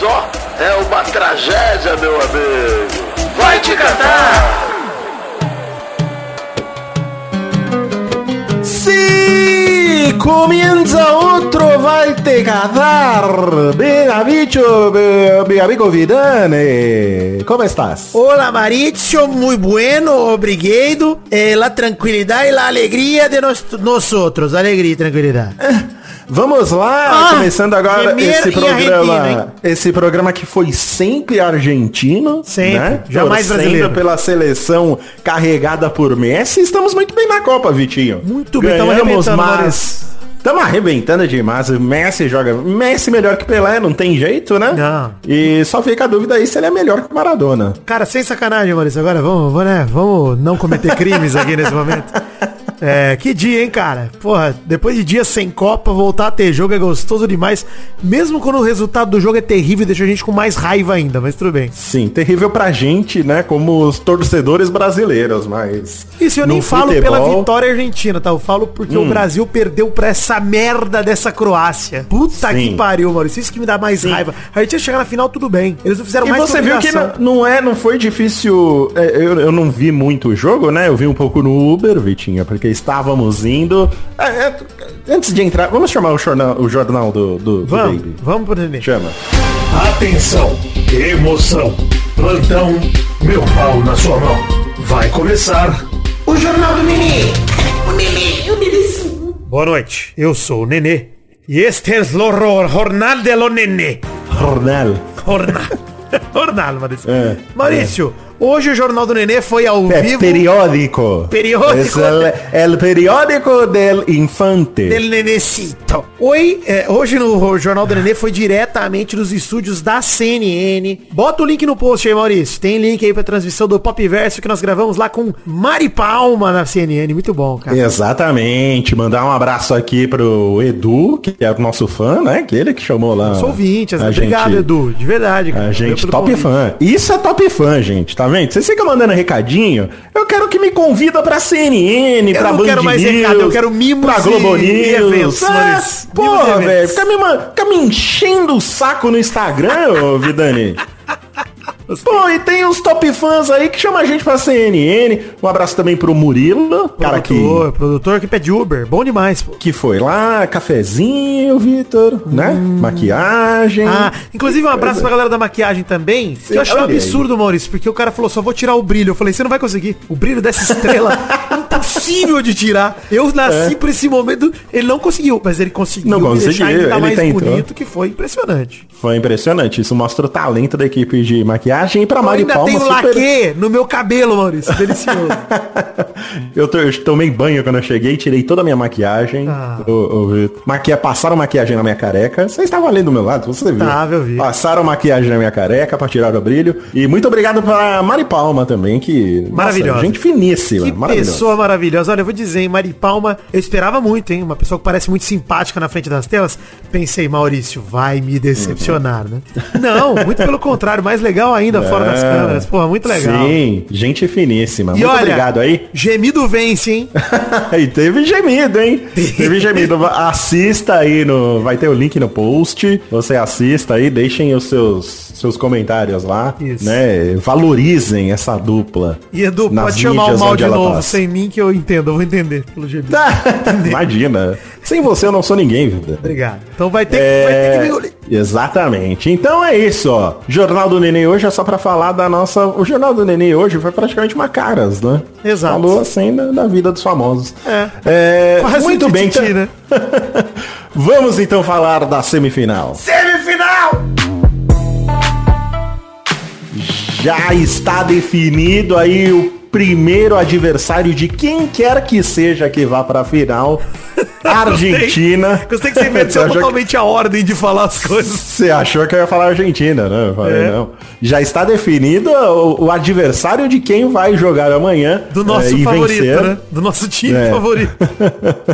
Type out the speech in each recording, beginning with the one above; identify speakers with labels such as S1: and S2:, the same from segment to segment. S1: só é uma tragédia, meu amigo. Vai te catar!
S2: Sí, comienza otro Valte Cadar. Venga, bicho, eh, mi amigo Vidane. ¿Cómo estás?
S3: Olá, Maritio, muito bueno, obrigado. É, la tranquilidade e la alegria de nós, nós outros. Alegria e tranquilidade.
S2: Vamos lá,
S3: Ah,
S2: começando agora
S3: primeiro
S2: esse
S3: e arrepio, hein?
S2: programa. Esse programa que foi sempre argentino.
S3: Sempre,
S2: né?
S3: jamais
S2: Torcendo
S3: brasileiro.
S2: pela seleção carregada por Messi. Estamos muito bem na Copa, Vitinho.
S3: Muito bem, tamo
S2: Ganhamos,
S3: arrebentando,
S2: mas... Estamos arrebentando demais. O Messi joga. Messi melhor que Pelé, não tem jeito, né?
S3: Não.
S2: E só fica a dúvida aí se ele é melhor que o Maradona.
S3: Cara, sem sacanagem, Maurício. Agora vamos, vamos, né? Vamos não cometer crimes aqui nesse momento. É, que dia, hein, cara? Porra, depois de dias sem Copa, voltar a ter jogo é gostoso demais. Mesmo quando o resultado do jogo é terrível, deixa a gente com mais raiva ainda, mas tudo bem.
S2: Sim, terrível pra gente, né? Como os torcedores brasileiros, mas.
S3: Isso eu
S2: no
S3: nem falo pela
S2: futebol- Hum.
S3: vitória argentina, tá? Eu falo porque o Brasil perdeu pra essa merda dessa Croácia. Puta
S2: Sim.
S3: que pariu, Maurício. Isso que me dá mais raiva. A gente ia chegar na final, tudo bem. Eles não fizeram
S2: E
S3: mais
S2: você viu que
S3: obrigação.
S2: não, não é, não foi difícil. é, eu, eu não vi muito o jogo, né? Eu vi um pouco no Uber, Vitinha, porque estávamos indo. É, é, antes de entrar, vamos chamar o jornal, o jornal do, do, do
S3: Vamos,
S2: Baby.
S3: vamos pro neném.
S2: Chama.
S4: Atenção, emoção, plantão, meu pau na sua mão. Vai começar o Jornal do Menino.
S3: Boa noite, eu sou o Nenê. E este é o Jornal de lo Nenê.
S2: Jornal.
S3: Jornal. Jornal, Maurício.
S2: É,
S3: Maurício, hoje o Jornal do Nenê foi ao
S2: É
S3: vivo
S2: periódico. é
S3: Periódico.
S2: Es el, el periódico del infante.
S3: del Nenecito. Oi, é, hoje no Jornal do Nenê foi diretamente dos estúdios da CNN. Bota o link no post aí, Maurício. Tem link aí pra transmissão do Pop Verso que nós gravamos lá com Mari Palma na CNN. Muito bom, cara.
S2: É, Exatamente, mandar um abraço aqui pro Edu, que é o nosso fã, né? Que ele que chamou lá.
S3: Sou ouvinte,
S2: a
S3: obrigado,
S2: gente-
S3: Edu. De verdade, cara.
S2: A
S3: Valeu
S2: gente
S3: pelo
S2: top
S3: convite.
S2: fã. Isso é top fã, gente, tá vendo? Vocês ficam mandando recadinho. Eu quero que me convida pra CNN, pra
S3: não
S2: Band
S3: quero mais
S2: News,
S3: recado, eu quero mimos
S2: pra Globo
S3: e-
S2: News.
S3: e eventos,
S2: Ah,
S3: Maurício. Mimos e
S2: porra,
S3: eventos.
S2: velho. Fica me, man- fica me enchendo o saco no Instagram, ô Vidani. Pô, e tem uns top fãs aí que chama a gente pra CNN. Um abraço também pro Murilo, cara que,
S3: Produtor, produtor que pede Uber. Bom demais, pô.
S2: que foi lá, cafezinho, Vitor, né? Maquiagem.
S3: Hum. Ah, inclusive um abraço pra galera da maquiagem também. Que eu achei um
S2: Olha aí.
S3: absurdo, Maurício, porque o cara falou, só vou tirar o brilho. Eu falei, você não vai conseguir. O brilho dessa estrela é impossível de tirar. Eu nasci pra esse momento, ele não conseguiu, mas ele conseguiu
S2: É. Não
S3: me
S2: conseguiu,
S3: ainda
S2: ele tá
S3: mais
S2: tentou.
S3: bonito, que foi impressionante.
S2: Foi impressionante. Isso mostra o talento da equipe de maquiagem. E pra
S3: Eu
S2: Mari
S3: ainda
S2: Palma,
S3: tenho um
S2: super-
S3: laque no meu cabelo, Maurício. Delicioso.
S2: eu, to- eu tomei banho quando eu cheguei, tirei toda a minha maquiagem.
S3: Ah.
S2: Ô, ô, Vitor. Maqui- passaram maquiagem na minha careca. Você estava ali do meu lado, você viu.
S3: Tava, Ah, eu vi.
S2: Passaram maquiagem na minha careca pra tirar o brilho. E muito obrigado pra Mari Palma também, que... nossa,
S3: Maravilhosa.
S2: gente finíssima.
S3: Que
S2: maravilhosa.
S3: pessoa maravilhosa. Olha, eu vou dizer, hein, Mari Palma, eu esperava muito, hein? Uma pessoa que parece muito simpática na frente das telas. Pensei, Maurício, vai me decepcionar, né? Não, muito pelo contrário, mais legal ainda fora das
S2: Uhum. É.
S3: câmeras. Porra, muito legal.
S2: Sim, gente finíssima.
S3: E
S2: muito
S3: olha,
S2: obrigado aí.
S3: Gemido vence, hein?
S2: e teve gemido, hein? Teve gemido. Assista aí no. Vai ter o link no post. Você assista aí, deixem os seus, seus comentários lá.
S3: Isso.
S2: Né? Valorizem essa dupla.
S3: E Edu,
S2: nas
S3: pode chamar o
S2: mídias
S3: mal
S2: onde
S3: de
S2: ela tá.
S3: novo,
S2: passa. Tá.
S3: sem mim que eu entendo, eu vou entender pelo gemido.
S2: Imagina. Sem você eu não sou ninguém, vida.
S3: Obrigado. Então vai ter, que- vai ter que me
S2: É,
S3: engolir.
S2: exatamente. Então é isso, ó. Jornal do Neném hoje é só pra falar da nossa. O Jornal do Neném hoje foi praticamente uma caras, né?
S3: Exato.
S2: Falou assim da, da vida dos famosos.
S3: É.
S2: É,
S3: Quase
S2: muito
S3: um
S2: bem,
S3: tititi,
S2: então-
S3: né?
S2: Vamos então falar da semifinal. Já está definido aí o primeiro adversário de quem quer que seja que vá pra final. Argentina.
S3: Gostei que você
S2: Você
S3: um
S2: achou
S3: inventou
S2: Tá, que-
S3: totalmente a ordem de falar as coisas.
S2: Você achou que eu ia falar Argentina, né? Eu falei,
S3: É.
S2: não. Já está definido o, o adversário de quem vai jogar amanhã.
S3: Do nosso
S2: eh, e
S3: favorito,
S2: vencer.
S3: né? Do nosso time
S2: É.
S3: favorito.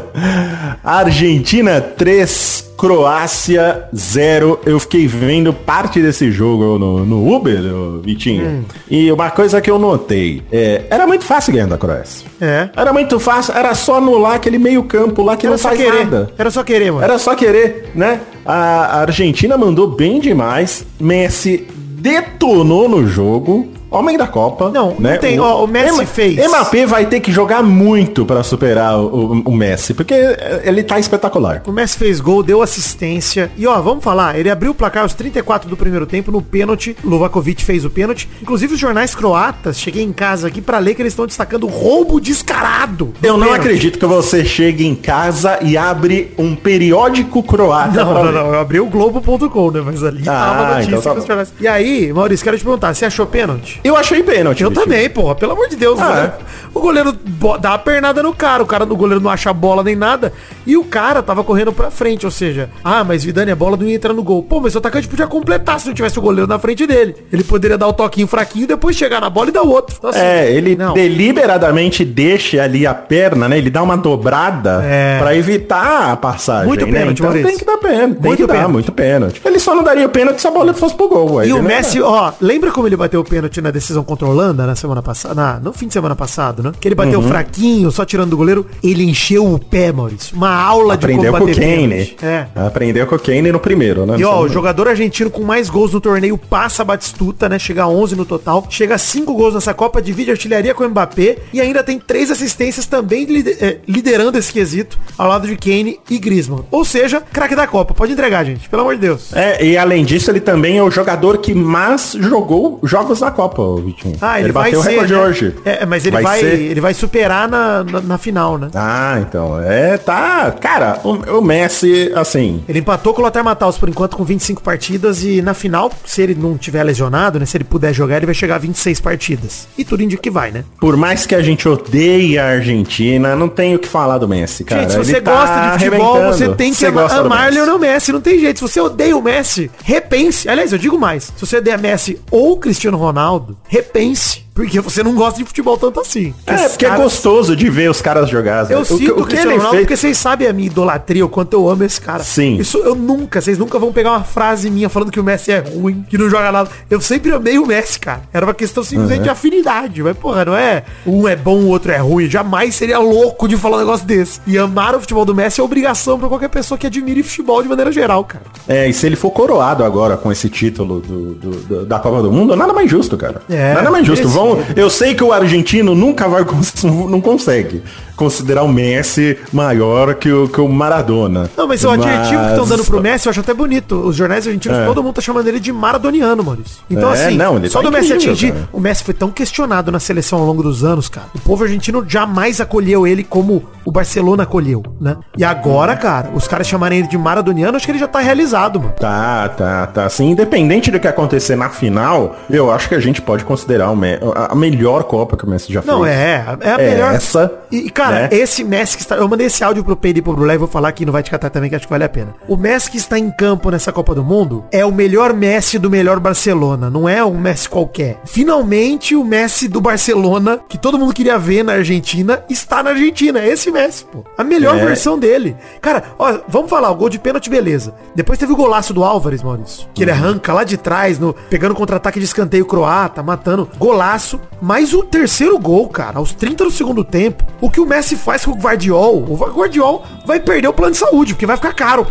S2: Argentina 3, Croácia 0. Eu fiquei vendo parte desse jogo no, no Uber, ô, Vitinho.
S3: Hum.
S2: E uma coisa que eu notei, é, era muito fácil ganhar da Croácia.
S3: É.
S2: Era muito fácil, era só anular aquele meio campo lá que
S3: Era
S2: não
S3: só
S2: faz
S3: querer.
S2: nada.
S3: Era só querer, mano.
S2: Era só querer, né? A Argentina mandou bem demais. Messi detonou no jogo. Homem da Copa. né?
S3: Não, não tem. Ó, o Messi fez.
S2: MAP vai ter que jogar muito pra superar o, o Messi, porque ele tá espetacular.
S3: O Messi fez gol, deu assistência. E ó, vamos falar, ele abriu o placar aos 34 do primeiro tempo no pênalti. Lovakovic fez o pênalti. Inclusive os jornais croatas, cheguei em casa aqui pra ler que eles estão destacando roubo descarado. do
S2: Eu não
S3: pênalti.
S2: acredito que você chegue em casa e abre um periódico croata.
S3: Não,
S2: pra
S3: não,
S2: ler.
S3: não. Eu abri o Globo.com, né? Mas ali tava a notícia
S2: então tá
S3: com os
S2: bom.
S3: jornais. E aí, Maurício, quero te perguntar, você achou pênalti?
S2: Eu achei pênalti.
S3: Eu
S2: bicho.
S3: também, porra. Pelo amor de Deus.
S2: Ah,
S3: o, goleiro, o goleiro bo- dá a pernada no cara. O cara o goleiro não acha a bola nem nada. E o cara tava correndo pra frente. Ou seja, ah, mas Vidani, a bola não ia entrar no gol. Pô, mas o atacante podia completar se não tivesse o goleiro na frente dele. Ele poderia dar o toquinho fraquinho, depois chegar na bola e dar o outro. Então, assim,
S2: É, ele
S3: não.
S2: deliberadamente deixa ali a perna, né? Ele dá uma dobrada
S3: É.
S2: pra evitar a passagem.
S3: Muito
S2: né?
S3: pênalti,
S2: então
S3: Maurício.
S2: tem que dar pênalti. Tem
S3: Muito
S2: que dar
S3: pênalti.
S2: muito pênalti. Ele só não daria pênalti se a bola fosse pro gol. aí
S3: E o
S2: ele não-
S3: Messi, ó, lembra como ele bateu o pênalti na decisão contra a Holanda na semana passada? na- No fim de semana passado, né? Que ele
S2: Uhum.
S3: bateu fraquinho, só tirando do goleiro. Ele encheu o pé, Maurício. Uma aula de
S2: Aprendeu com né? o Kane.
S3: É.
S2: Aprendeu com o Kane no primeiro, né?
S3: E ó, o
S2: jogo
S3: jogador argentino com mais gols no torneio passa a Batistuta, né? Chega a 11 no total. Chega a 5 gols nessa Copa, divide a artilharia com o Mbappé e ainda tem 3 assistências também lide- eh, liderando esse quesito ao lado de Kane e Griezmann. Ou seja, craque da Copa. Pode entregar, gente. Pelo amor de Deus.
S2: É, e além disso, ele também é o jogador que mais jogou jogos na Copa, o Vitinho.
S3: Ah, ele, vai
S2: bateu
S3: ser,
S2: o recorde
S3: né?
S2: hoje.
S3: É, mas ele vai,
S2: ser-
S3: ele vai superar na, na, na final, né?
S2: Ah, então. É, tá. Cara, o, o Messi, assim.
S3: Ele empatou com o Lothar Matthaus por enquanto com 25 partidas e na final, se ele não tiver lesionado, né, se ele puder jogar, ele vai chegar a 26 partidas. E tudo indica que vai, né?
S2: Por mais que a gente odeie a Argentina, não tem o que falar do Messi, cara.
S3: Gente, se
S2: Ele
S3: você
S2: tá
S3: gosta de futebol,
S2: arrebentando.
S3: você tem que
S2: Você
S3: ama-
S2: gosta do
S3: amar
S2: Messi.
S3: Lionel Messi. Não tem jeito. Se você odeia o Messi, repense. Aliás, eu digo mais. Se você odeia Messi ou Cristiano Ronaldo, repense. Porque você não gosta de futebol tanto assim.
S2: É, porque é
S3: Cara,
S2: gostoso de ver os caras jogar. né?
S3: Eu
S2: que-
S3: sinto o,
S2: que
S3: Cristiano
S2: ele
S3: Ronaldo
S2: fez...
S3: porque vocês sabem a minha idolatria, o quanto eu amo esse cara.
S2: Sim.
S3: Isso eu nunca, vocês nunca vão pegar uma frase minha falando que o Messi é ruim, que não joga nada. Eu sempre amei o Messi, cara. Era uma questão simplesmente de afinidade. Mas, porra, não é um é bom, o outro é ruim. Jamais seria louco de falar um negócio desse. E amar o futebol do Messi é obrigação pra qualquer pessoa que admire futebol de maneira geral, cara.
S2: É, e se ele for coroado agora com esse título do- do- do- da Copa do Mundo, nada mais justo, cara.
S3: É,
S2: nada mais justo.
S3: merecido.
S2: Vão, eu sei que o argentino nunca vai cons- não consegue considerar o Messi maior que o, que o Maradona.
S3: Não, mas o adjetivo que estão dando pro
S2: Messi.
S3: Messi eu acho até bonito. Os jornais argentinos,
S2: É.
S3: todo mundo tá chamando ele de maradoniano, Maurício. Então,
S2: É,
S3: assim,
S2: não, ele
S3: só
S2: tá
S3: do Messi
S2: incrível,
S3: atingir.
S2: cara.
S3: O Messi foi tão questionado na seleção ao longo dos anos, cara. O povo argentino jamais acolheu ele como o Barcelona acolheu, né? E agora, cara, os caras chamarem ele de maradoniano, acho que ele já tá realizado, mano.
S2: Tá, tá, tá. Assim, independente do que acontecer na final, eu acho que a gente pode considerar o Me- a a melhor Copa que o Messi já fez.
S3: Não, é, é a
S2: É
S3: melhor.
S2: essa,
S3: E, cara,
S2: né?
S3: esse Messi que está. Eu mandei esse áudio pro Pedro e pro Brulé, vou falar aqui no Vai Te Catar também, que acho que vale a pena. O Messi que está em campo nessa Copa do Mundo é o melhor Messi do melhor Barcelona. Não é um Messi qualquer. Finalmente, o Messi do Barcelona, que todo mundo queria ver na Argentina, está na Argentina. É esse Messi, pô. A melhor
S2: É.
S3: versão dele. Cara, ó, vamos falar, o gol de pênalti, beleza. Depois teve o golaço do Álvares, Maurício. Que ele arranca lá de trás, no, pegando contra-ataque de escanteio croata, matando. Golaço. Mas o terceiro gol, cara, aos 30 do segundo tempo, o que o Messi faz com o Guardiol, o Guardiol vai perder o plano de saúde, porque vai ficar caro.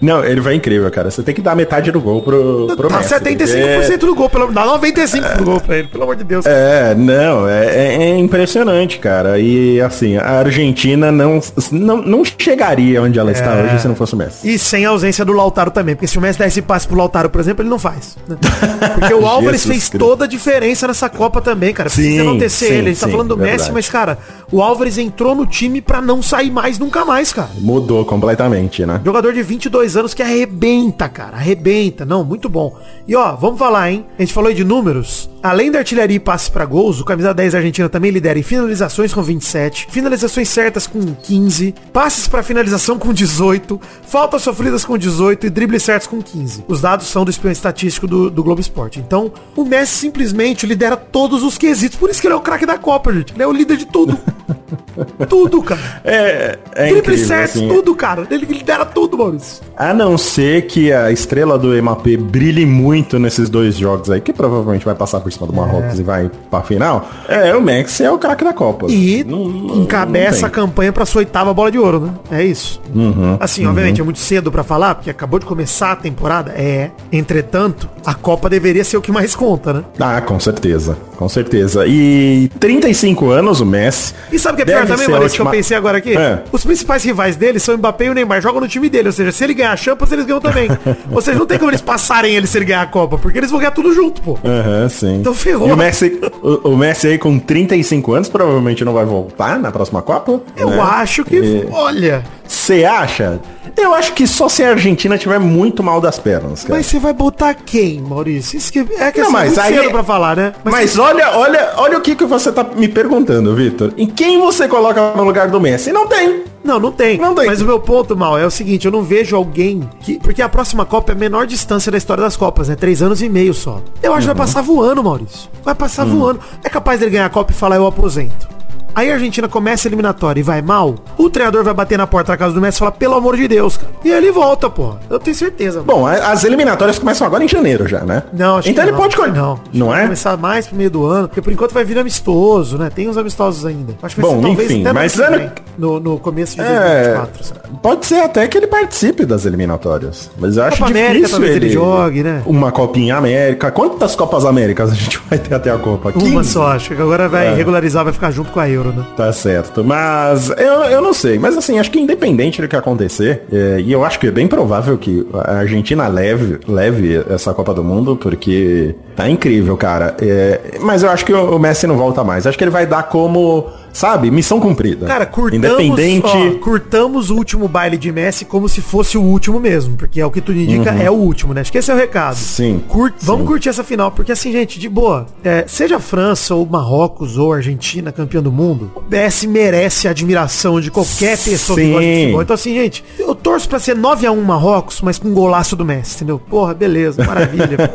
S2: Não, ele vai incrível, cara. Você tem que dar metade do gol pro, pro
S3: Tá
S2: Messi,
S3: 75%
S2: porque-
S3: do gol, pelo, dá 95% do gol pra ele, pelo amor de Deus.
S2: É, não, é, é- é impressionante, cara. E assim, a Argentina não, não, não chegaria onde ela está hoje se não fosse o Messi.
S3: É. E sem a ausência do Lautaro também, porque se o Messi der esse passe pro Lautaro, por exemplo, ele não faz. né? Porque o Álvares
S2: Jesus
S3: fez
S2: Cristo.
S3: toda a diferença nessa Copa também, cara.
S2: Sim,
S3: Precisa enaltecer
S2: sim,
S3: ele. A gente tá
S2: sim,
S3: falando do
S2: verdade.
S3: Messi, mas, cara, o Álvares entrou no time pra não sair mais nunca mais, cara.
S2: Mudou completamente, né?
S3: Jogador de 22 anos que arrebenta, cara. Arrebenta. Não, muito bom. E ó, vamos falar, hein? A gente falou aí de números. Além da artilharia e passes pra gols, o camisa 10 da Argentina também lidera em finalizações com 27, finalizações certas com 15, passes pra finalização com 18, faltas sofridas com 18 e dribles certos com 15. Os dados são do espião estatístico do, do Globo Esporte. Então, o Messi simplesmente lidera todos os quesitos. Por isso que ele é o craque da Copa, gente. Ele é o líder de tudo. tudo, cara.
S2: É, é
S3: Drible
S2: incrível,
S3: certos,
S2: assim.
S3: tudo, cara. cara. Ele lidera tudo, Maurício.
S2: A não ser que a estrela do EMAP brilhe muito nesses dois jogos aí, que provavelmente vai passar por cima do Marrocos e
S3: É.
S2: vai pra final, é, o Max é o craque da Copa.
S3: E
S2: Não- não-
S3: encabeça
S2: não
S3: a
S2: tem. Uhum,
S3: campanha pra sua oitava bola de ouro, né? É isso. assim, obviamente, é muito cedo pra falar, porque acabou de começar a temporada. É. Entretanto, a Copa deveria ser o que mais conta, né?
S2: Ah, com certeza, com certeza. E 35 anos o Messi.
S3: E sabe o que é
S2: Deve
S3: pior também,
S2: ser a
S3: Maurício, que eu
S2: última-
S3: pensei agora aqui?
S2: É.
S3: Os principais rivais dele são o Mbappé e o Neymar. Jogam no time dele, ou seja, se ele ganhar a Champions, eles ganham também. ou seja, não tem como eles passarem ele se ele ganhar a Copa, porque eles vão ganhar tudo junto, pô.
S2: Aham, sim.
S3: Então ferrou.
S2: E o Messi, o, o Messi aí com 35 anos provavelmente não vai voltar na próxima Copa.
S3: Eu
S2: né?
S3: acho que.
S2: E-
S3: Olha,
S2: Você acha? Eu acho que só se a Argentina tiver muito mal das pernas, cara.
S3: mas você vai botar quem, Maurício? Isso que é que
S2: Não,
S3: assim,
S2: mas
S3: muito
S2: aí-
S3: cedo pra falar, né?
S2: Mas, olha, olha, olha o que, que você tá me perguntando, Vitor. Em quem você coloca no lugar do Messi? Não tem.
S3: Não, não tem.
S2: Não tem.
S3: Mas o meu ponto, Mal, é o seguinte, eu não vejo alguém que... Porque a próxima Copa é a menor distância da história das Copas, né? Três anos e meio só. Eu acho que
S2: Uhum.
S3: vai passar voando, Maurício. Vai passar voando. É capaz dele ganhar a Copa e falar, eu aposento. Aí a Argentina começa a eliminatória e vai mal, o treinador vai bater na porta da casa do Messi e falar, pelo amor de Deus, cara. E aí ele volta, pô. Eu tenho certeza. Mal.
S2: Bom, a- as eliminatórias começam agora em janeiro já, né?
S3: Não, acho
S2: então
S3: que
S2: ele pode
S3: não.
S2: escolher.
S3: Não, Acho que
S2: não
S3: vai
S2: é?
S3: começar mais pro meio do ano, porque por enquanto vai vir amistoso, né? Tem uns amistosos ainda. Acho que vai
S2: Bom, enfim,
S3: no
S2: mas
S3: que
S2: ano-
S3: vem, no, no começo de
S2: É,
S3: 2024, sabe?
S2: pode ser até que ele participe das eliminatórias. Mas eu acho
S3: Copa
S2: difícil
S3: América, talvez ele jogue, né?
S2: Uma Copinha América. Quantas Copas Américas a gente vai ter até a Copa?
S3: Uma
S2: 15?
S3: só, acho que agora vai
S2: É.
S3: regularizar, vai ficar junto com a Euro, né?
S2: Tá certo. Mas eu, eu não sei. Mas assim, acho que independente do que acontecer, é, e eu acho que é bem provável que a Argentina leve, leve essa Copa do Mundo, porque tá incrível, cara. É, mas eu acho que o, o Messi não volta mais. Acho que ele vai dar como, sabe, missão cumprida.
S3: Cara, curtamos,
S2: Independente.
S3: ó, curtamos o último baile de Messi como se fosse o último mesmo, porque é o que tudo indica, é o último, né? Acho que esse é o recado.
S2: Uhum. Sim,
S3: Cur-
S2: sim.
S3: Vamos curtir essa final, porque assim, gente, de boa, é, seja a França ou Marrocos ou a Argentina campeã do mundo, o Messi merece a admiração de qualquer pessoa que
S2: Sim.
S3: gosta de futebol. Então assim, gente, eu torço pra ser 9x1 Marrocos, mas com um golaço do Messi, entendeu? Porra, beleza, maravilha.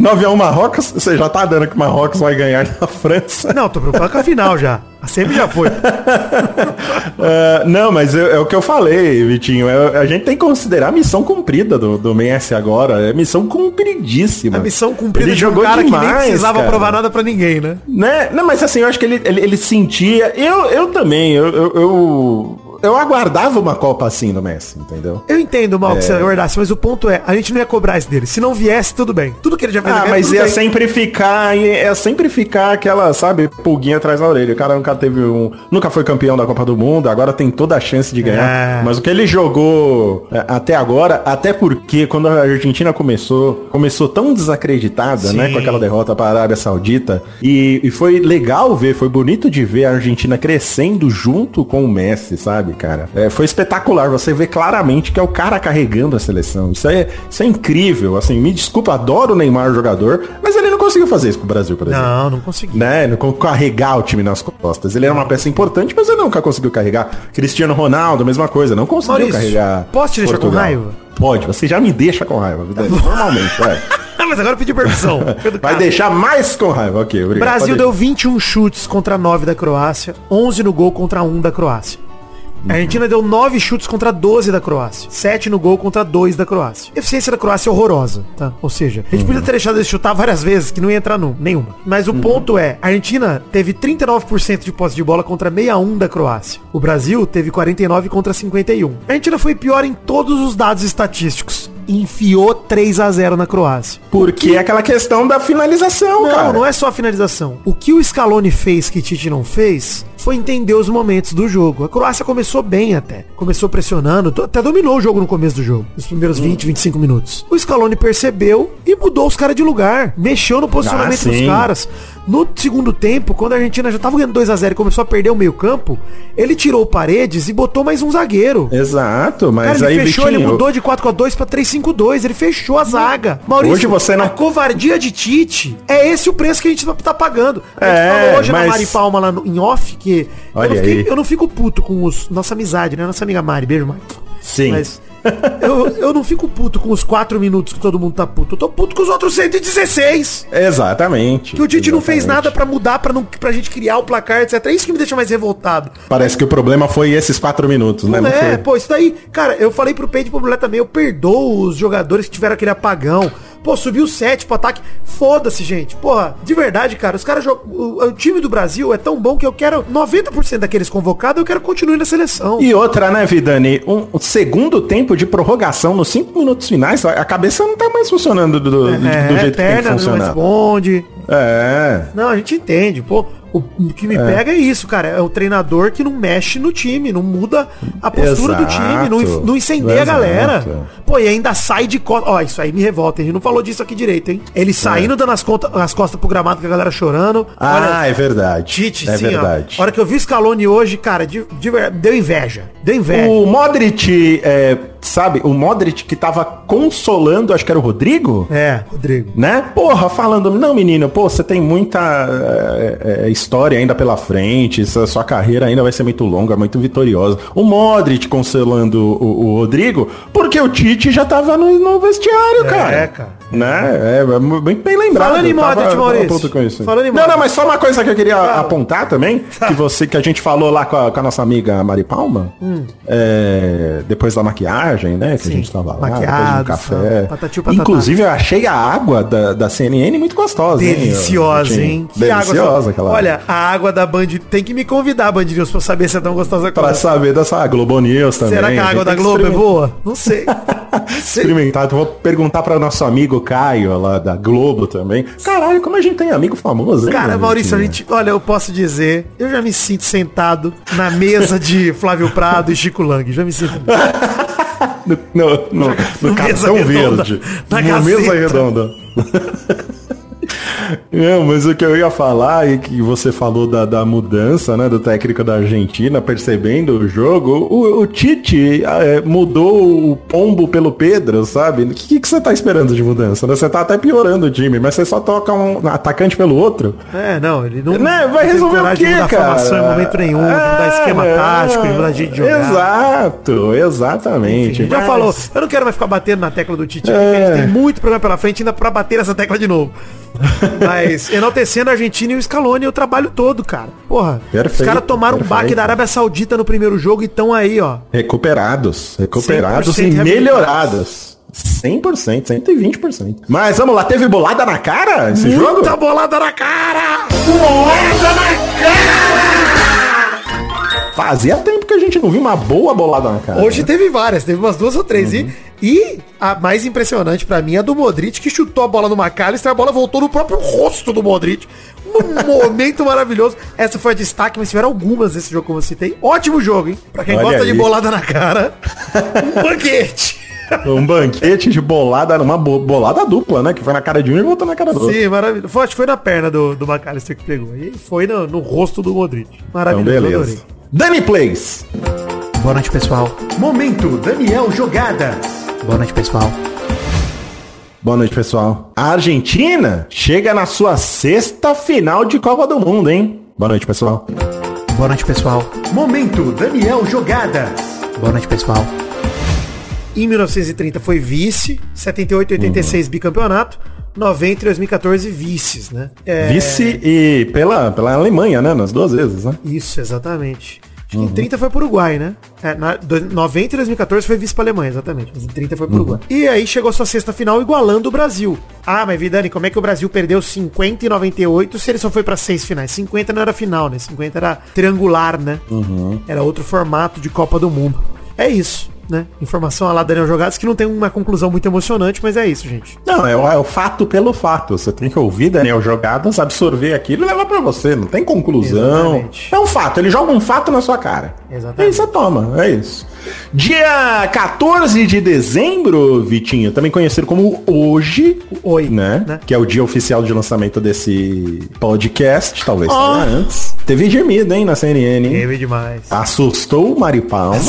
S2: 9x1 Marrocos, você já tá dando que o Marrocos vai ganhar da França.
S3: Não, tô preocupado com a final já. A semi já foi.
S2: Ah, não, mas eu- é o que eu falei, Vitinho. É- a gente tem que considerar a missão cumprida do, do Messi agora. É missão cumpridíssima.
S3: A missão cumprida
S2: Ele
S3: de um
S2: jogou
S3: cara que nem
S2: demais,
S3: precisava
S2: cara.
S3: provar nada pra ninguém, né?
S2: Né? Não, mas assim, eu acho que ele, ele, ele sentia. Eu, eu também, eu, eu, eu, eu aguardava uma Copa assim no Messi, entendeu?
S3: Eu entendo mal que você aguardasse, mas o ponto é, a gente não ia cobrar isso dele. Se não viesse, tudo bem. Tudo que ele já fez
S2: Ah,
S3: aqui,
S2: mas
S3: tudo
S2: ia
S3: bem.
S2: sempre ficar, ia sempre ficar aquela, sabe, pulguinha atrás da orelha. O cara nunca teve um. Nunca foi campeão da Copa do Mundo, agora tem toda a chance de ganhar.
S3: É.
S2: Mas o que ele jogou é, até agora, até porque quando a Argentina começou, começou tão desacreditada, né? Com aquela derrota para a Arábia Saudita. E, e foi legal ver, foi bonito de ver a Argentina crescendo junto com o Messi, sabe, cara? É, foi espetacular. Você vê claramente que é o cara carregando a seleção. Isso é, isso é incrível. Assim, me desculpa, adoro o Neymar jogador, mas ele não conseguiu fazer isso com o Brasil, por exemplo
S3: Não, não consegui.
S2: né, no- co- carregar o time nas costas. Ele era uma peça importante, mas ele nunca conseguiu carregar. Cristiano Ronaldo, mesma coisa, não conseguiu
S3: Maurício,
S2: carregar.
S3: posso te deixar com raiva? Tá
S2: Pode, você já me deixa com raiva, Vidani, normalmente, é. vai.
S3: Ah, mas agora eu pedi permissão. Foi do
S2: Vai
S3: cara.
S2: deixar mais com raiva, ok, obrigado.
S3: Brasil
S2: Pode
S3: deu 21 chutes contra 9 da Croácia, 11 no gol contra 1 da Croácia. A Argentina deu 9 chutes contra 12 da Croácia. 7 no gol contra 2 da Croácia. Eficiência da Croácia é horrorosa, tá? Ou seja, a gente podia ter deixado ele chutar várias vezes, que não ia entrar num, nenhuma. Mas o ponto é, a Argentina teve 39% de posse de bola contra 61 da Croácia. O Brasil teve 49 contra 51. A Argentina foi pior em todos os dados estatísticos. Enfiou 3 a 0 na Croácia.
S2: Porque é aquela questão da finalização,
S3: Não,
S2: cara.
S3: não é só a finalização. O que o Scaloni fez que Tite não fez foi entender os momentos do jogo. A Croácia começou bem até. Começou pressionando, to- até dominou o jogo no começo do jogo, nos primeiros
S2: Hum.
S3: 20, 25 minutos. O Scaloni percebeu e mudou os caras de lugar, mexeu no posicionamento dos
S2: Ah, sim.
S3: caras. No segundo tempo, quando a Argentina já tava ganhando 2 a 0 e começou a perder o meio-campo, ele tirou o Paredes e botou mais um zagueiro.
S2: Exato, mas
S3: Cara, ele
S2: aí,
S3: fechou, ele
S2: Vitinho,
S3: mudou de 4x2 pra 3-5-2. Ele fechou a zaga. Maurício,
S2: Hoje você não-
S3: a covardia de Tite é esse o preço que a gente tá pagando. A gente
S2: É,
S3: falou hoje na
S2: mas-
S3: Mari Palma lá no- em off que eu
S2: Olha
S3: não, fiquei-
S2: aí.
S3: eu não fico puto com os, nossa amizade, né? Nossa amiga Mari, beijo, Mari.
S2: Sim.
S3: Mas Eu, eu não fico puto com os 4 minutos que todo mundo tá puto. Eu tô puto com os outros 116.
S2: Exatamente.
S3: Que o Tite não fez
S2: exatamente.
S3: nada pra mudar, pra, não, pra gente criar o placar, etc. É isso que me deixa mais revoltado.
S2: Parece que o problema foi esses quatro minutos, né? Não
S3: É,
S2: foi.
S3: pô, isso daí, cara, eu falei pro Peide e pro Brulé também, eu perdoo os jogadores que tiveram aquele apagão. Pô, subiu 7 pro ataque. Foda-se, gente. Porra, de verdade, cara, os caras jogam. O, o time do Brasil é tão bom que eu quero 90% daqueles convocados, eu quero continuar na seleção.
S2: E outra, né, Vidani? Um um segundo tempo de prorrogação nos cinco minutos finais, a cabeça não tá mais funcionando do, do- do jeito que tem que
S3: É, perna não
S2: funcionar.
S3: responde.
S2: É.
S3: Não, a gente entende, pô. O o que me pega é isso, cara. É o treinador que não mexe no time, não muda a postura do time, não, in- não incendeia
S2: Exato.
S3: a galera. Pô, e ainda sai de costas. Ó, isso aí me revolta, a gente não falou disso aqui direito, hein? Ele saindo dando as, conta, as costas pro gramado com a galera chorando.
S2: É. Ah, é verdade.
S3: Tite,
S2: é
S3: sim,
S2: verdade.
S3: ó. A hora que eu vi o Scaloni hoje, cara, de, de ver- deu inveja. Deu inveja.
S2: O Modric, é, sabe, o Modric que tava consolando, acho que era o Rodrigo,
S3: É, Rodrigo.
S2: né? Porra, falando, não, menino, pô, você tem muita é, é, história ainda pela frente, essa sua carreira ainda vai ser muito longa, muito vitoriosa. O Modric consolando o, o Rodrigo, porque o Tite já tava no, no vestiário, cara.
S3: É, cara.
S2: Né? É, é mu- bem, bem lembrado.
S3: Falando em
S2: Eu tava-
S3: Modric,
S2: tava
S3: Maurício.
S2: puto com isso.
S3: Falando em
S2: não, não,
S3: Modric.
S2: mas só uma coisa que eu queria apontar também, que você, que a gente falou lá com a, com a nossa amiga Mari Palma, é, depois da maquiagem, né, que
S3: Hum. Sim.
S2: a gente tava lá,
S3: Maquiado,
S2: depois de um café.
S3: tal, patati, patatá.
S2: Inclusive, Inclusive, eu achei a água da, da CNN muito gostosa. hein,
S3: Deliciosa,
S2: Vitinho?
S3: hein?
S2: Deliciosa
S3: água,
S2: aquela água.
S3: Olha, a água da Band tem que me convidar, Band News, pra eu saber se é tão gostosa
S2: Pra saber dessa Globo News também. né?
S3: Será que a
S2: gente
S3: água da
S2: tem que
S3: Globo é
S2: experimentar-
S3: boa? Não sei.
S2: Experimentar. Eu vou perguntar para nosso amigo Caio, lá da Globo também. Caralho, como a gente tem amigo famoso, hein,
S3: Cara,
S2: Vitinho?
S3: Maurício, a gente, olha, eu posso dizer, eu já me sinto sentado na mesa de Flávio Prado e Chico Lang. Já me sinto. né?
S2: No, no, no, no
S3: Mesa
S2: cartão
S3: redonda,
S2: verde.
S3: na
S2: Na mesa
S3: Gazeta.
S2: redonda. Não, mas o que eu ia falar e que você falou da, da mudança, né, do técnico da Argentina, percebendo o jogo, o, o Tite eh, mudou o pombo pelo Pedro, sabe? O que, que você tá esperando de mudança? né? Você tá até piorando o time, mas você só toca um atacante pelo outro.
S3: É, não, ele não.
S2: Né? Vai
S3: não tem
S2: resolver o
S3: coragem de
S2: quê,
S3: mudar
S2: cara?
S3: formação em momento nenhum, não dá esquema
S2: É,
S3: tático, não dá jeito de jogar.
S2: Exato,
S3: Enfim, a
S2: exatamente.
S3: gente já
S2: Mas-
S3: falou, eu não quero mais ficar batendo na tecla do Tite,
S2: É.
S3: porque a gente tem muito programa pela frente ainda pra bater essa tecla de novo. Mas enaltecendo a Argentina e o Scaloni, o trabalho todo, cara. Porra, os
S2: Perfeito,
S3: caras tomaram um baque
S2: perfeito.
S3: da Arábia Saudita no primeiro jogo e estão aí, ó.
S2: Recuperados, recuperados
S3: 100%
S2: e
S3: reabilitados.
S2: melhorados. 100%, 120%. Mas vamos lá, teve bolada na cara esse jogo?
S3: Muita bolada na cara!
S2: Fazia tempo que a gente não viu uma boa bolada na cara.
S3: Hoje teve várias, teve umas duas ou três.
S2: Uhum.
S3: E, e a mais impressionante pra mim é a do Modric, que chutou a bola no McAllister, a bola voltou no próprio rosto do Modric. Num momento maravilhoso. Essa foi a destaque, mas tiveram algumas desse jogo, como eu citei. Ótimo jogo, hein? Pra quem
S2: Olha
S3: gosta de
S2: aí.
S3: bolada na cara, um banquete.
S2: Um banquete de bolada, uma bo- bolada dupla, né? Que foi na cara de um e voltou na cara do outro.
S3: Sim, maravilhoso. Foi, acho que foi na perna do, do McAllister que pegou. E foi no, no rosto do Modric.
S2: Então,
S3: Maravilhoso, adorei.
S2: beleza. Dani Plays.
S5: Boa noite, pessoal.
S4: Momento Daniel Jogada.
S5: Boa noite, pessoal.
S2: Boa noite, pessoal. A Argentina chega na sua sexta final de Copa do Mundo, hein? Boa noite, pessoal.
S5: Boa noite, pessoal.
S4: Momento Daniel Jogada.
S5: Boa noite, pessoal.
S3: Em 1930 foi vice, 78 e 86 bicampeonato, 90 e 2014 vices, né? É,
S2: Vice e pela, pela Alemanha, né? Nas duas vezes, né?
S3: Isso, exatamente. Acho que em 30 foi pro Uruguai, né? É, na, do- 90 e 2014 foi vice pra Alemanha, exatamente. Mas em 30 foi pro Uruguai. E aí chegou sua sexta final igualando o Brasil. Ah, mas Vidani, como é que o Brasil perdeu 50 e 98 se ele só foi pra seis finais? 50 não era final, né? 50 era triangular, né? Era outro formato de Copa do Mundo. É isso, né? Informação lá Daniel Jogados que não tem uma conclusão muito emocionante, mas é isso, gente.
S2: Não, é o, é o fato pelo fato. Você tem que ouvir Daniel Jogadas, absorver aquilo e levar pra você. Não tem conclusão.
S3: Exatamente.
S2: É um fato. Ele joga um fato na sua cara.
S3: Exatamente.
S2: E aí você toma. É isso. Dia 14 de dezembro, Vitinho, também conhecido como Hoje,
S3: Oi,
S2: né?
S3: né?
S2: Que é o dia oficial de lançamento desse podcast, talvez saia antes. Teve gemido, hein, na CNN. hein?
S3: Teve demais.
S2: Assustou o Mari Palma.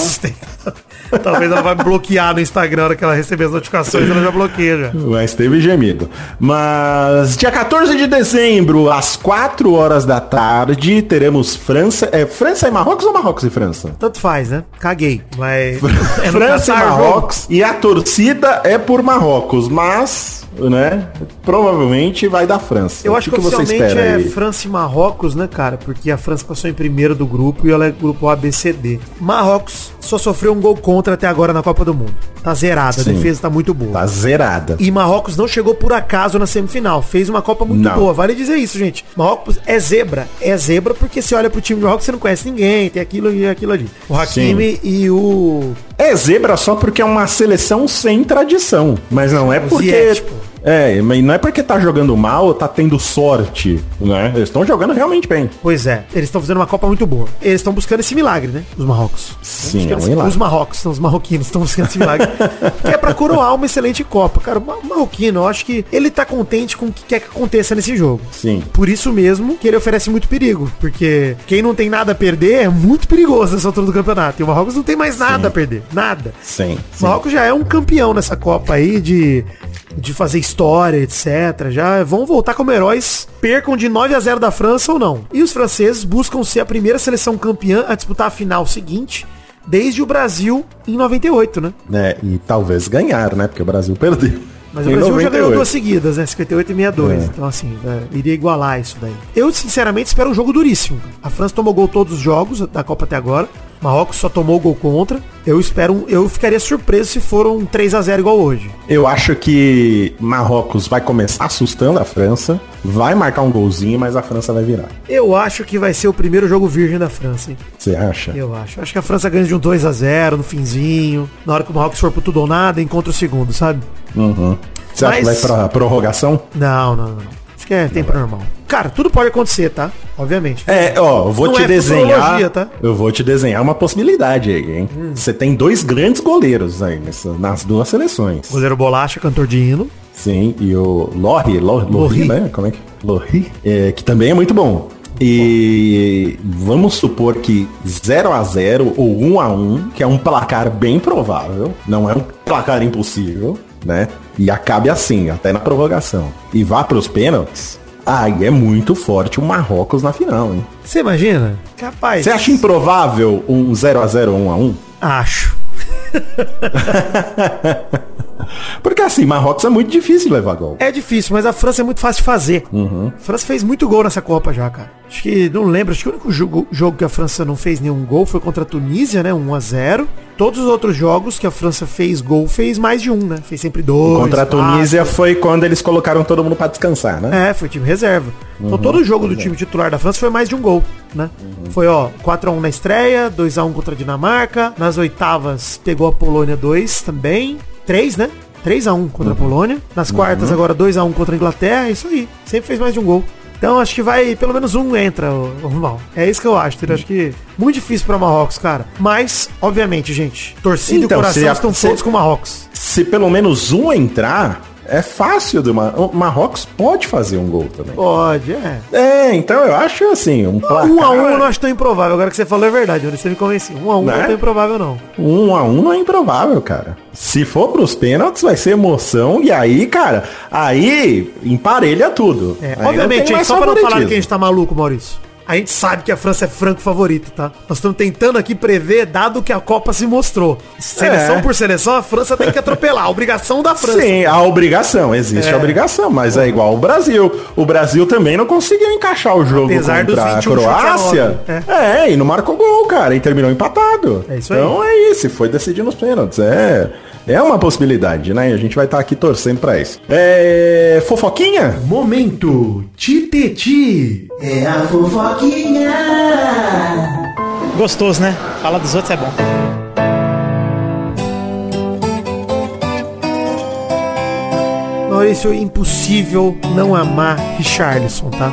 S3: Talvez ela vai bloquear no Instagram na hora que ela receber as notificações, ela já bloqueia já.
S2: Mas teve gemido. Mas dia 14 de dezembro, às 4 horas da tarde, teremos França. É França e Marrocos ou Marrocos e França?
S3: Tanto faz, né? Caguei. Mas. É, no
S2: França e
S3: Catar,
S2: Marrocos. E a torcida é por Marrocos, mas, né? Provavelmente vai da França.
S3: Eu
S2: O
S3: acho que, oficialmente é França e Marrocos, né, cara? Porque a França passou em primeiro do grupo e ela é grupo ABCD. Marrocos só sofreu um gol contra até agora na Copa do Mundo. Tá zerada, a
S2: Sim.
S3: defesa tá muito boa.
S2: Tá zerada.
S3: E Marrocos não chegou por acaso na semifinal. Fez uma Copa muito
S2: Não.
S3: boa. Vale dizer isso, gente. Marrocos é zebra. É zebra porque você olha pro time de Marrocos, você não conhece ninguém. Tem aquilo e aquilo ali. O Hakimi e o...
S2: É zebra só porque é uma seleção sem tradição. Mas não é porque.
S3: Ziyech, pô.
S2: É, mas não é porque tá jogando mal ou tá tendo sorte, né? Eles estão jogando realmente bem.
S3: Pois é, eles estão fazendo uma Copa muito boa. Eles estão buscando esse milagre, né? Os Marrocos.
S2: Sim,
S3: Acho que
S2: é um
S3: eles- Os
S2: milagre.
S3: marrocos, não, os marroquinos estão buscando esse milagre. que é pra coroar uma excelente Copa. Cara, o ma- o marroquino, eu acho que ele tá contente com o que quer que aconteça nesse jogo.
S2: Sim.
S3: Por isso mesmo que ele oferece muito perigo. Porque quem não tem nada a perder é muito perigoso nessa altura do campeonato. E o Marrocos não tem mais nada a perder. Nada.
S2: Sim.
S3: O Marrocos já é um campeão nessa Copa aí de, de fazer história, etc. Já vão voltar como heróis, percam de 9 a 0 da França ou não. E os franceses buscam ser a primeira seleção campeã a disputar a final seguinte, desde o Brasil em 98, né?
S2: É, e talvez ganhar, né? Porque o Brasil perdeu.
S3: Mas o
S2: Em
S3: Brasil já
S2: 98.
S3: ganhou duas seguidas, né? 58 e 62. Então, assim, é, iria igualar isso daí. Eu, sinceramente, espero um jogo duríssimo. A França tomou gol todos os jogos da Copa até agora. Marrocos só tomou gol contra. Eu espero, um- eu ficaria surpreso se for um 3 a 0 igual hoje.
S2: Eu acho que Marrocos vai começar assustando a França, vai marcar um golzinho, mas a França vai virar.
S3: Eu acho que vai ser o primeiro jogo virgem da França, hein?
S2: Você acha?
S3: Eu acho. Acho que a França ganha de um 2 a 0 no finzinho. Na hora que o Marrocos for pro tudo ou nada, encontra o segundo, sabe?
S2: Você acha que vai
S3: Mas-
S2: pra prorrogação?
S3: Não, não, não. Acho que é tempo normal. Cara, tudo pode acontecer, tá? Obviamente.
S2: É, ó, eu vou
S3: Não
S2: te
S3: é futurologia,
S2: desenhar.
S3: tá? Hum.
S2: Eu vou te desenhar uma possibilidade aí, hein? Você tem dois grandes goleiros aí nessa- nas duas seleções.
S3: Goleiro Bolacha, cantor de hino.
S2: Sim, e o Lorri, Lor- Lorri,
S3: Lorri.
S2: né? Como é que? Lorri, é, que também é muito bom. E vamos supor que 0 a 0 ou 1 a 1, que é um placar bem provável, não é um placar impossível, né? E acabe assim, até na prorrogação. E vá para os pênaltis. Aí é muito forte o Marrocos na final, hein?
S3: Você imagina? Capaz.
S2: Você acha improvável um 0 a 0 1 a 1?
S3: Acho.
S2: Porque assim, Marrocos é muito difícil de levar gol.
S3: É difícil, mas a França é muito fácil de fazer.
S2: Uhum.
S3: A França fez muito gol nessa Copa já, cara. Acho que, não lembro, acho que o único jogo, jogo que a França não fez nenhum gol foi contra a Tunísia, né? 1x0. Todos os outros jogos que a França fez gol, fez mais de um, né? Fez sempre dois.
S2: Contra a
S3: quatro.
S2: Tunísia foi quando eles colocaram todo mundo pra descansar, né?
S3: É, foi time reserva.
S2: Uhum.
S3: Então todo jogo
S2: é.
S3: do time titular da França foi mais de um gol, né? Foi, ó, 4x1 na estreia, 2x1 contra a Dinamarca. Nas oitavas pegou a Polônia 2 também. 3, né? 3x1 contra a
S2: Uhum.
S3: Polônia. Nas quartas agora 2x1 contra a Inglaterra. É isso aí. Sempre fez mais de um gol. Então acho que vai, pelo menos um entra, o, o mal. É isso que eu acho, entendeu? Acho que muito difícil pra Marrocos, cara. Mas, obviamente, gente, torcida
S2: Então,
S3: e coração
S2: se a-
S3: estão
S2: se-
S3: todos com o Marrocos.
S2: Se pelo menos um entrar, é fácil do Mar... o Marrocos pode fazer um gol também.
S3: Pode, é.
S2: É, então eu acho assim, um placar.
S3: Um a um eu não acho tão improvável. Agora que você falou é verdade, Yuri, você me convenceu. Um a um não é
S2: Né?
S3: tão improvável, não.
S2: Um a um não é improvável, cara. Se for pros pênaltis, vai ser emoção. E aí, cara, aí emparelha tudo.
S3: É,
S2: Aí não
S3: obviamente,
S2: tem
S3: gente,
S2: mais
S3: só pra não falar
S2: favoritismo.
S3: que a gente tá maluco, Maurício. A gente sabe que a França é franco favorito, tá? Nós estamos tentando aqui prever, dado que a Copa se mostrou. Seleção
S2: É.
S3: por seleção, a França tem que atropelar. A obrigação da França.
S2: Sim, a obrigação, existe a obrigação, mas é igual o Brasil. O Brasil também não conseguiu encaixar o jogo
S3: Apesar dos
S2: contra a
S3: 21 chutes a
S2: Croácia.
S3: nove, né?
S2: É. e não marcou gol, cara, e terminou empatado.
S3: É isso aí.
S2: então é isso, e foi decidir nos pênaltis. É, é uma possibilidade, né? E A gente vai estar aqui torcendo pra isso. É, fofoquinha?
S4: Momento Titeti.
S6: Gostoso, né? Falar dos outros é bom.
S3: Maurício, impossível não amar Richarlison, tá?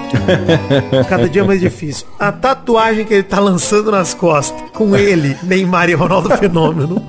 S3: Cada dia é mais difícil. A tatuagem que ele tá lançando nas costas, com ele, Neymar e Ronaldo Fenômeno,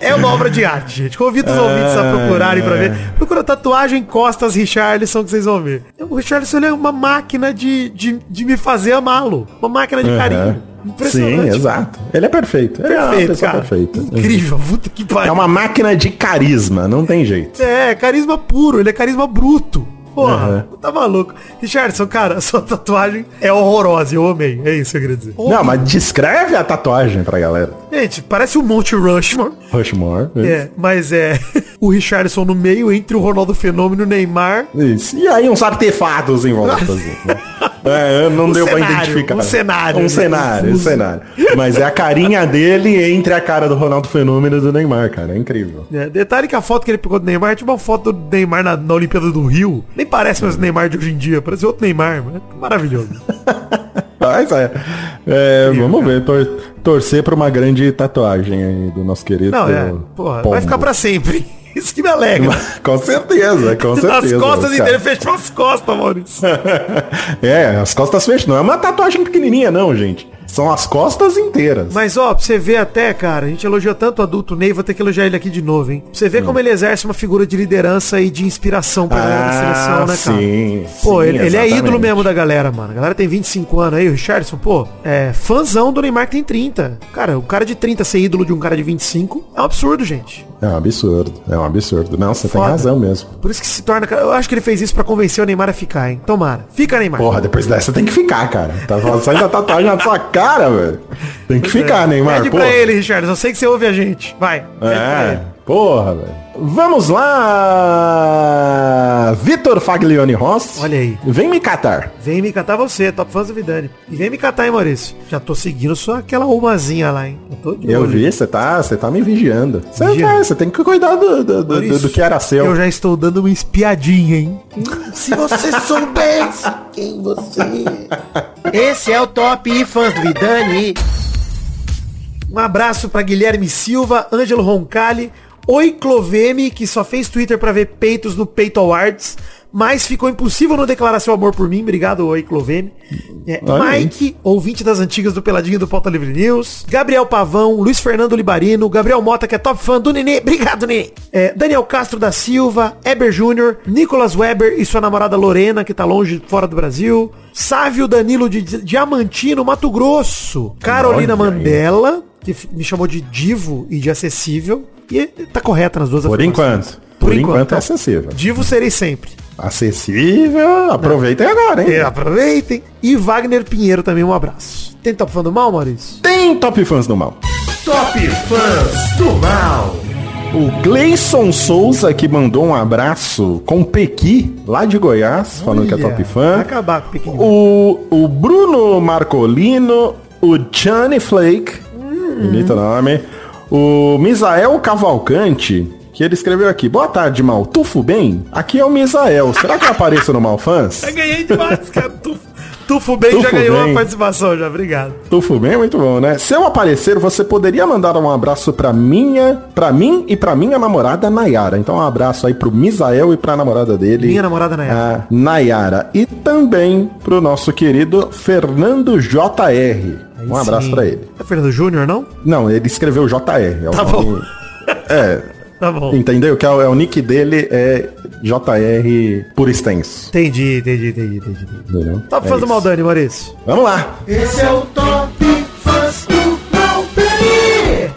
S3: é uma obra de arte, gente. Convido os ouvintes a procurarem pra ver. Procura tatuagem costas Richarlison que vocês vão ver. O Richarlison ele é uma máquina de, de, de me fazer amá-lo. Uma máquina de
S2: Uhum.
S3: carinho.
S2: Sim,
S3: Impressionante.
S2: exato. Ele é perfeito. Ele é uma
S3: Perfeito,
S2: pessoa
S3: cara.
S2: perfeita.
S3: Incrível, puta que pariu.
S2: É uma máquina de carisma, não tem jeito.
S3: É, carisma puro, ele é carisma bruto. Porra, tá maluco. Richardson, cara, sua tatuagem é horrorosa, eu amei. É isso que eu queria dizer.
S2: Não, mas descreve a tatuagem pra galera.
S3: Gente, parece um Monte Rushmore.
S2: Rushmore. né?
S3: É, mas é o Richardson no meio entre o Ronaldo Fenômeno e o Neymar.
S2: Isso. E aí uns artefatos em volta. assim, né? É, não
S3: Um
S2: deu pra
S3: cenário,
S2: identificar.
S3: um cenário,
S2: Um
S3: né?
S2: cenário, um
S3: Confuso.
S2: cenário. Mas é a carinha dele entre a cara do Ronaldo Fenômeno e do Neymar, cara. É incrível.
S3: É, detalhe que a foto que ele pegou do Neymar, tinha uma foto do Neymar na, na Olimpíada do Rio. Nem parece mais o Neymar de hoje em dia, parece outro Neymar, mano. Maravilhoso.
S2: Mas é. É, vamos ver, tor- torcer pra uma grande tatuagem aí do nosso querido.
S3: Não, é, porra, vai ficar pra sempre. Isso que me alegra.
S2: Com certeza, com certeza.
S3: As costas
S2: cara.
S3: inteiras, fechou as costas, Maurício.
S2: É, as costas feitas. Não é uma tatuagem pequenininha, não, gente. São as costas inteiras.
S3: Mas ó, pra você ver até, cara, a gente elogiou tanto o adulto Ney, vou ter que elogiar ele aqui de novo, hein? Pra você
S2: Hum.
S3: ver como ele exerce uma figura de liderança e de inspiração pra galera da seleção, né, cara?
S2: Ah, sim.
S3: Pô,
S2: sim,
S3: ele, ele é
S2: exatamente.
S3: ídolo mesmo da galera, mano. A galera tem 25 anos aí, o Richardson, pô, é fãzão do Neymar que tem 30. Cara, um cara de 30 ser ídolo de um cara de 25 é um absurdo, gente.
S2: É um absurdo, é um absurdo. Não, você
S3: Foda.
S2: tem razão mesmo.
S3: Por isso que se torna. Eu acho que ele fez isso pra convencer o Neymar a ficar, hein? Tomara. Fica, Neymar.
S2: Porra, depois dessa tem que ficar, cara. Tá saindo a tatuagem na sua cara, velho. Tem que ficar, Neymar.
S3: É. Pede
S2: pô.
S3: pra ele, Richardson. Eu sei que você ouve a gente. Vai. Pede pra
S2: É,
S3: ele.
S2: porra, velho. Vamos lá! Vitor Faglione Ross.
S3: Olha aí.
S2: Vem me catar.
S3: Vem me catar você, top fãs do Vidani. E vem me catar, hein, Maurício? Já tô seguindo só aquela rumazinha lá, hein? Eu, tô de
S2: Eu
S3: olho.
S2: vi, você tá, você tá me vigiando. Você
S3: Vigiando.
S2: tá, você tem que cuidar do, do, do- do- do que era seu.
S3: Eu já estou dando uma espiadinha, hein?
S7: Se você soubesse quem você é. Esse é o Top Fãs do Vidani.
S3: Um abraço pra Guilherme Silva, Ângelo Roncalli, Oi Cloveme, que só fez Twitter pra ver peitos no Peito Awards, mas ficou impossível não declarar seu amor por mim. Obrigado, Oi Cloveme. É,
S2: Olha aí.
S3: Mike, ouvinte das antigas do Peladinho do Pauta Livre News. Gabriel Pavão, Luiz Fernando Libarino, Gabriel Mota, que é top fã do Nenê. Obrigado, Nenê. É, Daniel Castro da Silva, Eber Júnior, Nicolas Weber e sua namorada Lorena, que tá longe, fora do Brasil. Sávio Danilo de Diamantino, Mato Grosso. Carolina
S2: Olha aí.
S3: Mandela, que f- me chamou de divo e de acessível. E tá correta nas duas
S2: Por
S3: afirmações. então,
S2: enquanto. Por, enquanto, é acessível.
S3: Divo serei sempre.
S2: Acessível, aproveitem agora, hein?
S3: E aproveitem. E Wagner Pinheiro também, um abraço. Tem top fã do mal, Maurício?
S2: Tem top fãs do mal.
S4: Top Fãs do Mal.
S2: O Gleison Souza que mandou um abraço com o Pequi, lá de Goiás, falando que é
S3: Olha,
S2: top fã.
S4: tá
S3: Vai acabar com o pequenininho.
S2: O, o Bruno Marcolino, o Johnny Flake,
S4: Hum.
S2: bonito nome, o Misael Cavalcante, que ele escreveu aqui, boa tarde, mal, tufo bem? Aqui é o Misael, será que eu apareço no Malfãs?
S3: Já ganhei demais, cara. Tufo, Tufo bem já
S2: Tufo
S3: ganhou
S2: bem.
S3: a participação, já. Obrigado.
S2: Tufo bem é muito bom, né? Se eu aparecer, você poderia mandar um abraço pra minha, pra mim e pra minha namorada Nayara. Então um abraço aí pro Misael e pra namorada dele.
S3: Minha namorada
S2: a
S3: Nayara.
S2: Nayara. E também pro nosso querido Fernando JR. Um abraço
S3: Sim.
S2: pra ele.
S3: É Fernando Júnior, não?
S2: Não, ele escreveu JR. É o
S3: Tá
S2: nome-
S3: Tá bom.
S2: Entendeu? Que é o, é o nick dele é JR por extenso.
S3: Entendi, entendi, entendi, entendi.
S2: Entendeu?
S3: Top
S2: É
S3: fã do
S2: isso.
S3: Maldani, Maurício.
S2: Vamos lá.
S7: Esse é o Top Fãs do Mal.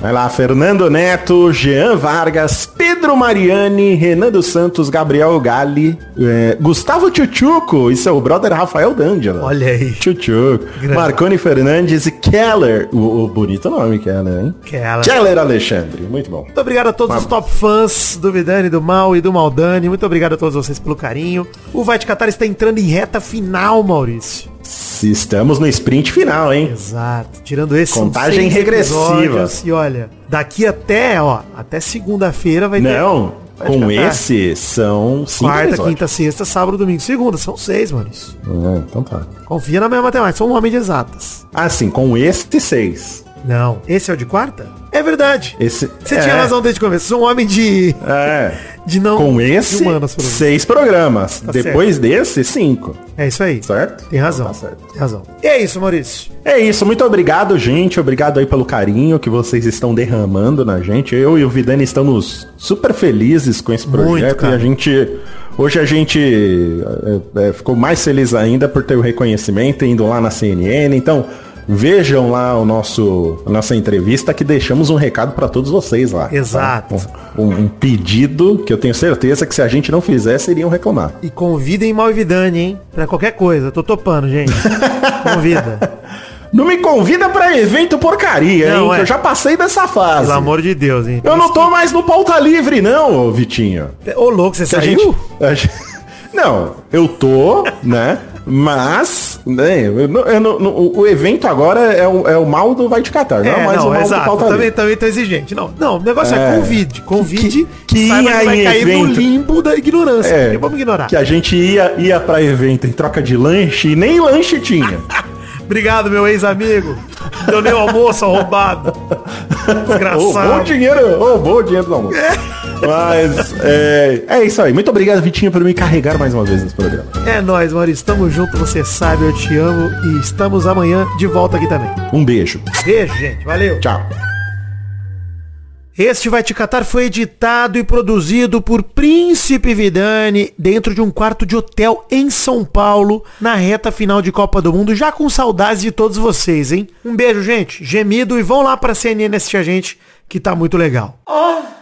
S2: Vai lá, Fernando Neto, Jean Vargas, Pedro Mariani, Renan dos Santos, Gabriel Gali, é, Gustavo Tchutchuco e seu brother Rafael D'Angelo.
S3: Olha aí.
S2: Tchutchuco,
S3: Grande.
S2: Marconi Fernandes e Keller. O, o bonito nome, Keller, hein?
S3: Keller.
S2: Keller Alexandre, muito bom.
S3: Muito obrigado a todos os top fãs do Vidani, do Mal e do Maldani. Muito obrigado a todos vocês pelo carinho. O Vai de Catar está entrando em reta final, Maurício.
S2: Se estamos no sprint final, hein?
S3: Exato. Tirando esse. são
S2: Contagem
S3: seis
S2: regressiva.
S3: episódios. E olha, daqui até, ó, até segunda-feira vai ter.
S2: Não,
S3: Vai
S2: com
S3: descartar.
S2: esse são cinco
S3: Quarta,
S2: episódios.
S3: quinta, sexta, sábado, domingo, segunda. São seis, Maurício.
S2: É, então tá.
S3: Confia na minha matemática, sou um homem de exatas.
S2: Assim, com este seis.
S3: Não. Esse é o de quarta? É verdade.
S2: Esse,
S3: Você
S2: é,
S3: tinha razão desde o começo. Sou um homem de.
S2: É.
S3: de não.
S2: Com esse,
S3: de humanas, pelo menos.
S2: seis programas.
S3: Tá
S2: Depois desse, cinco.
S3: É isso aí.
S2: Certo?
S3: Tem razão.
S2: Tá certo.
S3: Tem razão. E é isso, Maurício.
S2: É isso, muito obrigado, gente. Obrigado aí pelo carinho que vocês estão derramando na gente. Eu e o Vidani estamos super felizes com esse
S3: Muito,
S2: projeto.
S3: cara.
S2: e a gente. Hoje a gente é, é, ficou mais feliz ainda por ter o reconhecimento indo lá na CNN. Então. Vejam lá o nosso, a nossa entrevista que deixamos um recado pra todos vocês lá. tá?
S3: Exato.
S2: Um, um- um pedido que eu tenho certeza que se a gente não fizesse, iriam reclamar.
S3: E convidem Malvidani, hein? Pra qualquer coisa. Tô topando, gente. Convida.
S2: Não me convida pra evento porcaria,
S3: Não,
S2: hein?
S3: é.
S2: Que eu já passei dessa fase.
S3: Pelo amor de Deus, hein?
S2: Eu não tô mais no pauta livre, não, ô Vitinho.
S3: Ô, louco, você
S2: Se a
S3: saiu?
S2: gente- a gente- Não, eu tô, né? Mas, né, eu não- eu não- não- o- o evento agora é o, é o mal do Vai de Catar, não é
S3: É,
S2: mais
S3: não,
S2: o mal do
S3: exato.
S2: pauta
S3: Também,
S2: livre.
S3: também tô exigente. Não, não, o negócio é,
S2: É.
S3: convide. Convide
S2: Que- que
S3: saiba
S2: ia
S3: que vai
S2: em
S3: cair no
S2: evento.
S3: limbo da ignorância.
S2: É,
S3: porque vamos ignorar.
S2: Que a gente ia, ia pra evento em troca de lanche e nem lanche tinha.
S3: Obrigado, meu ex-amigo. Deu meu almoço arrombado.
S2: Roubou o
S3: Desgraçado.
S2: dinheiro, roubou o dinheiro do almoço.
S3: É.
S2: Mas é, é isso aí. Muito obrigado, Vitinho, por me carregar mais uma vez nesse programa.
S3: É nóis, Maurício. Tamo junto, você sabe, eu te amo. E estamos amanhã de volta aqui também.
S2: Um beijo.
S3: Beijo, gente. Valeu.
S2: Tchau.
S3: Este Vai Te Catar foi editado e produzido por Príncipe Vidani dentro de um quarto de hotel em São Paulo, na reta final de Copa do Mundo, já com saudades de todos vocês, hein? Um beijo, gente. Gemido e vão lá pra CNN assistir a gente, que tá muito legal.
S8: Oh,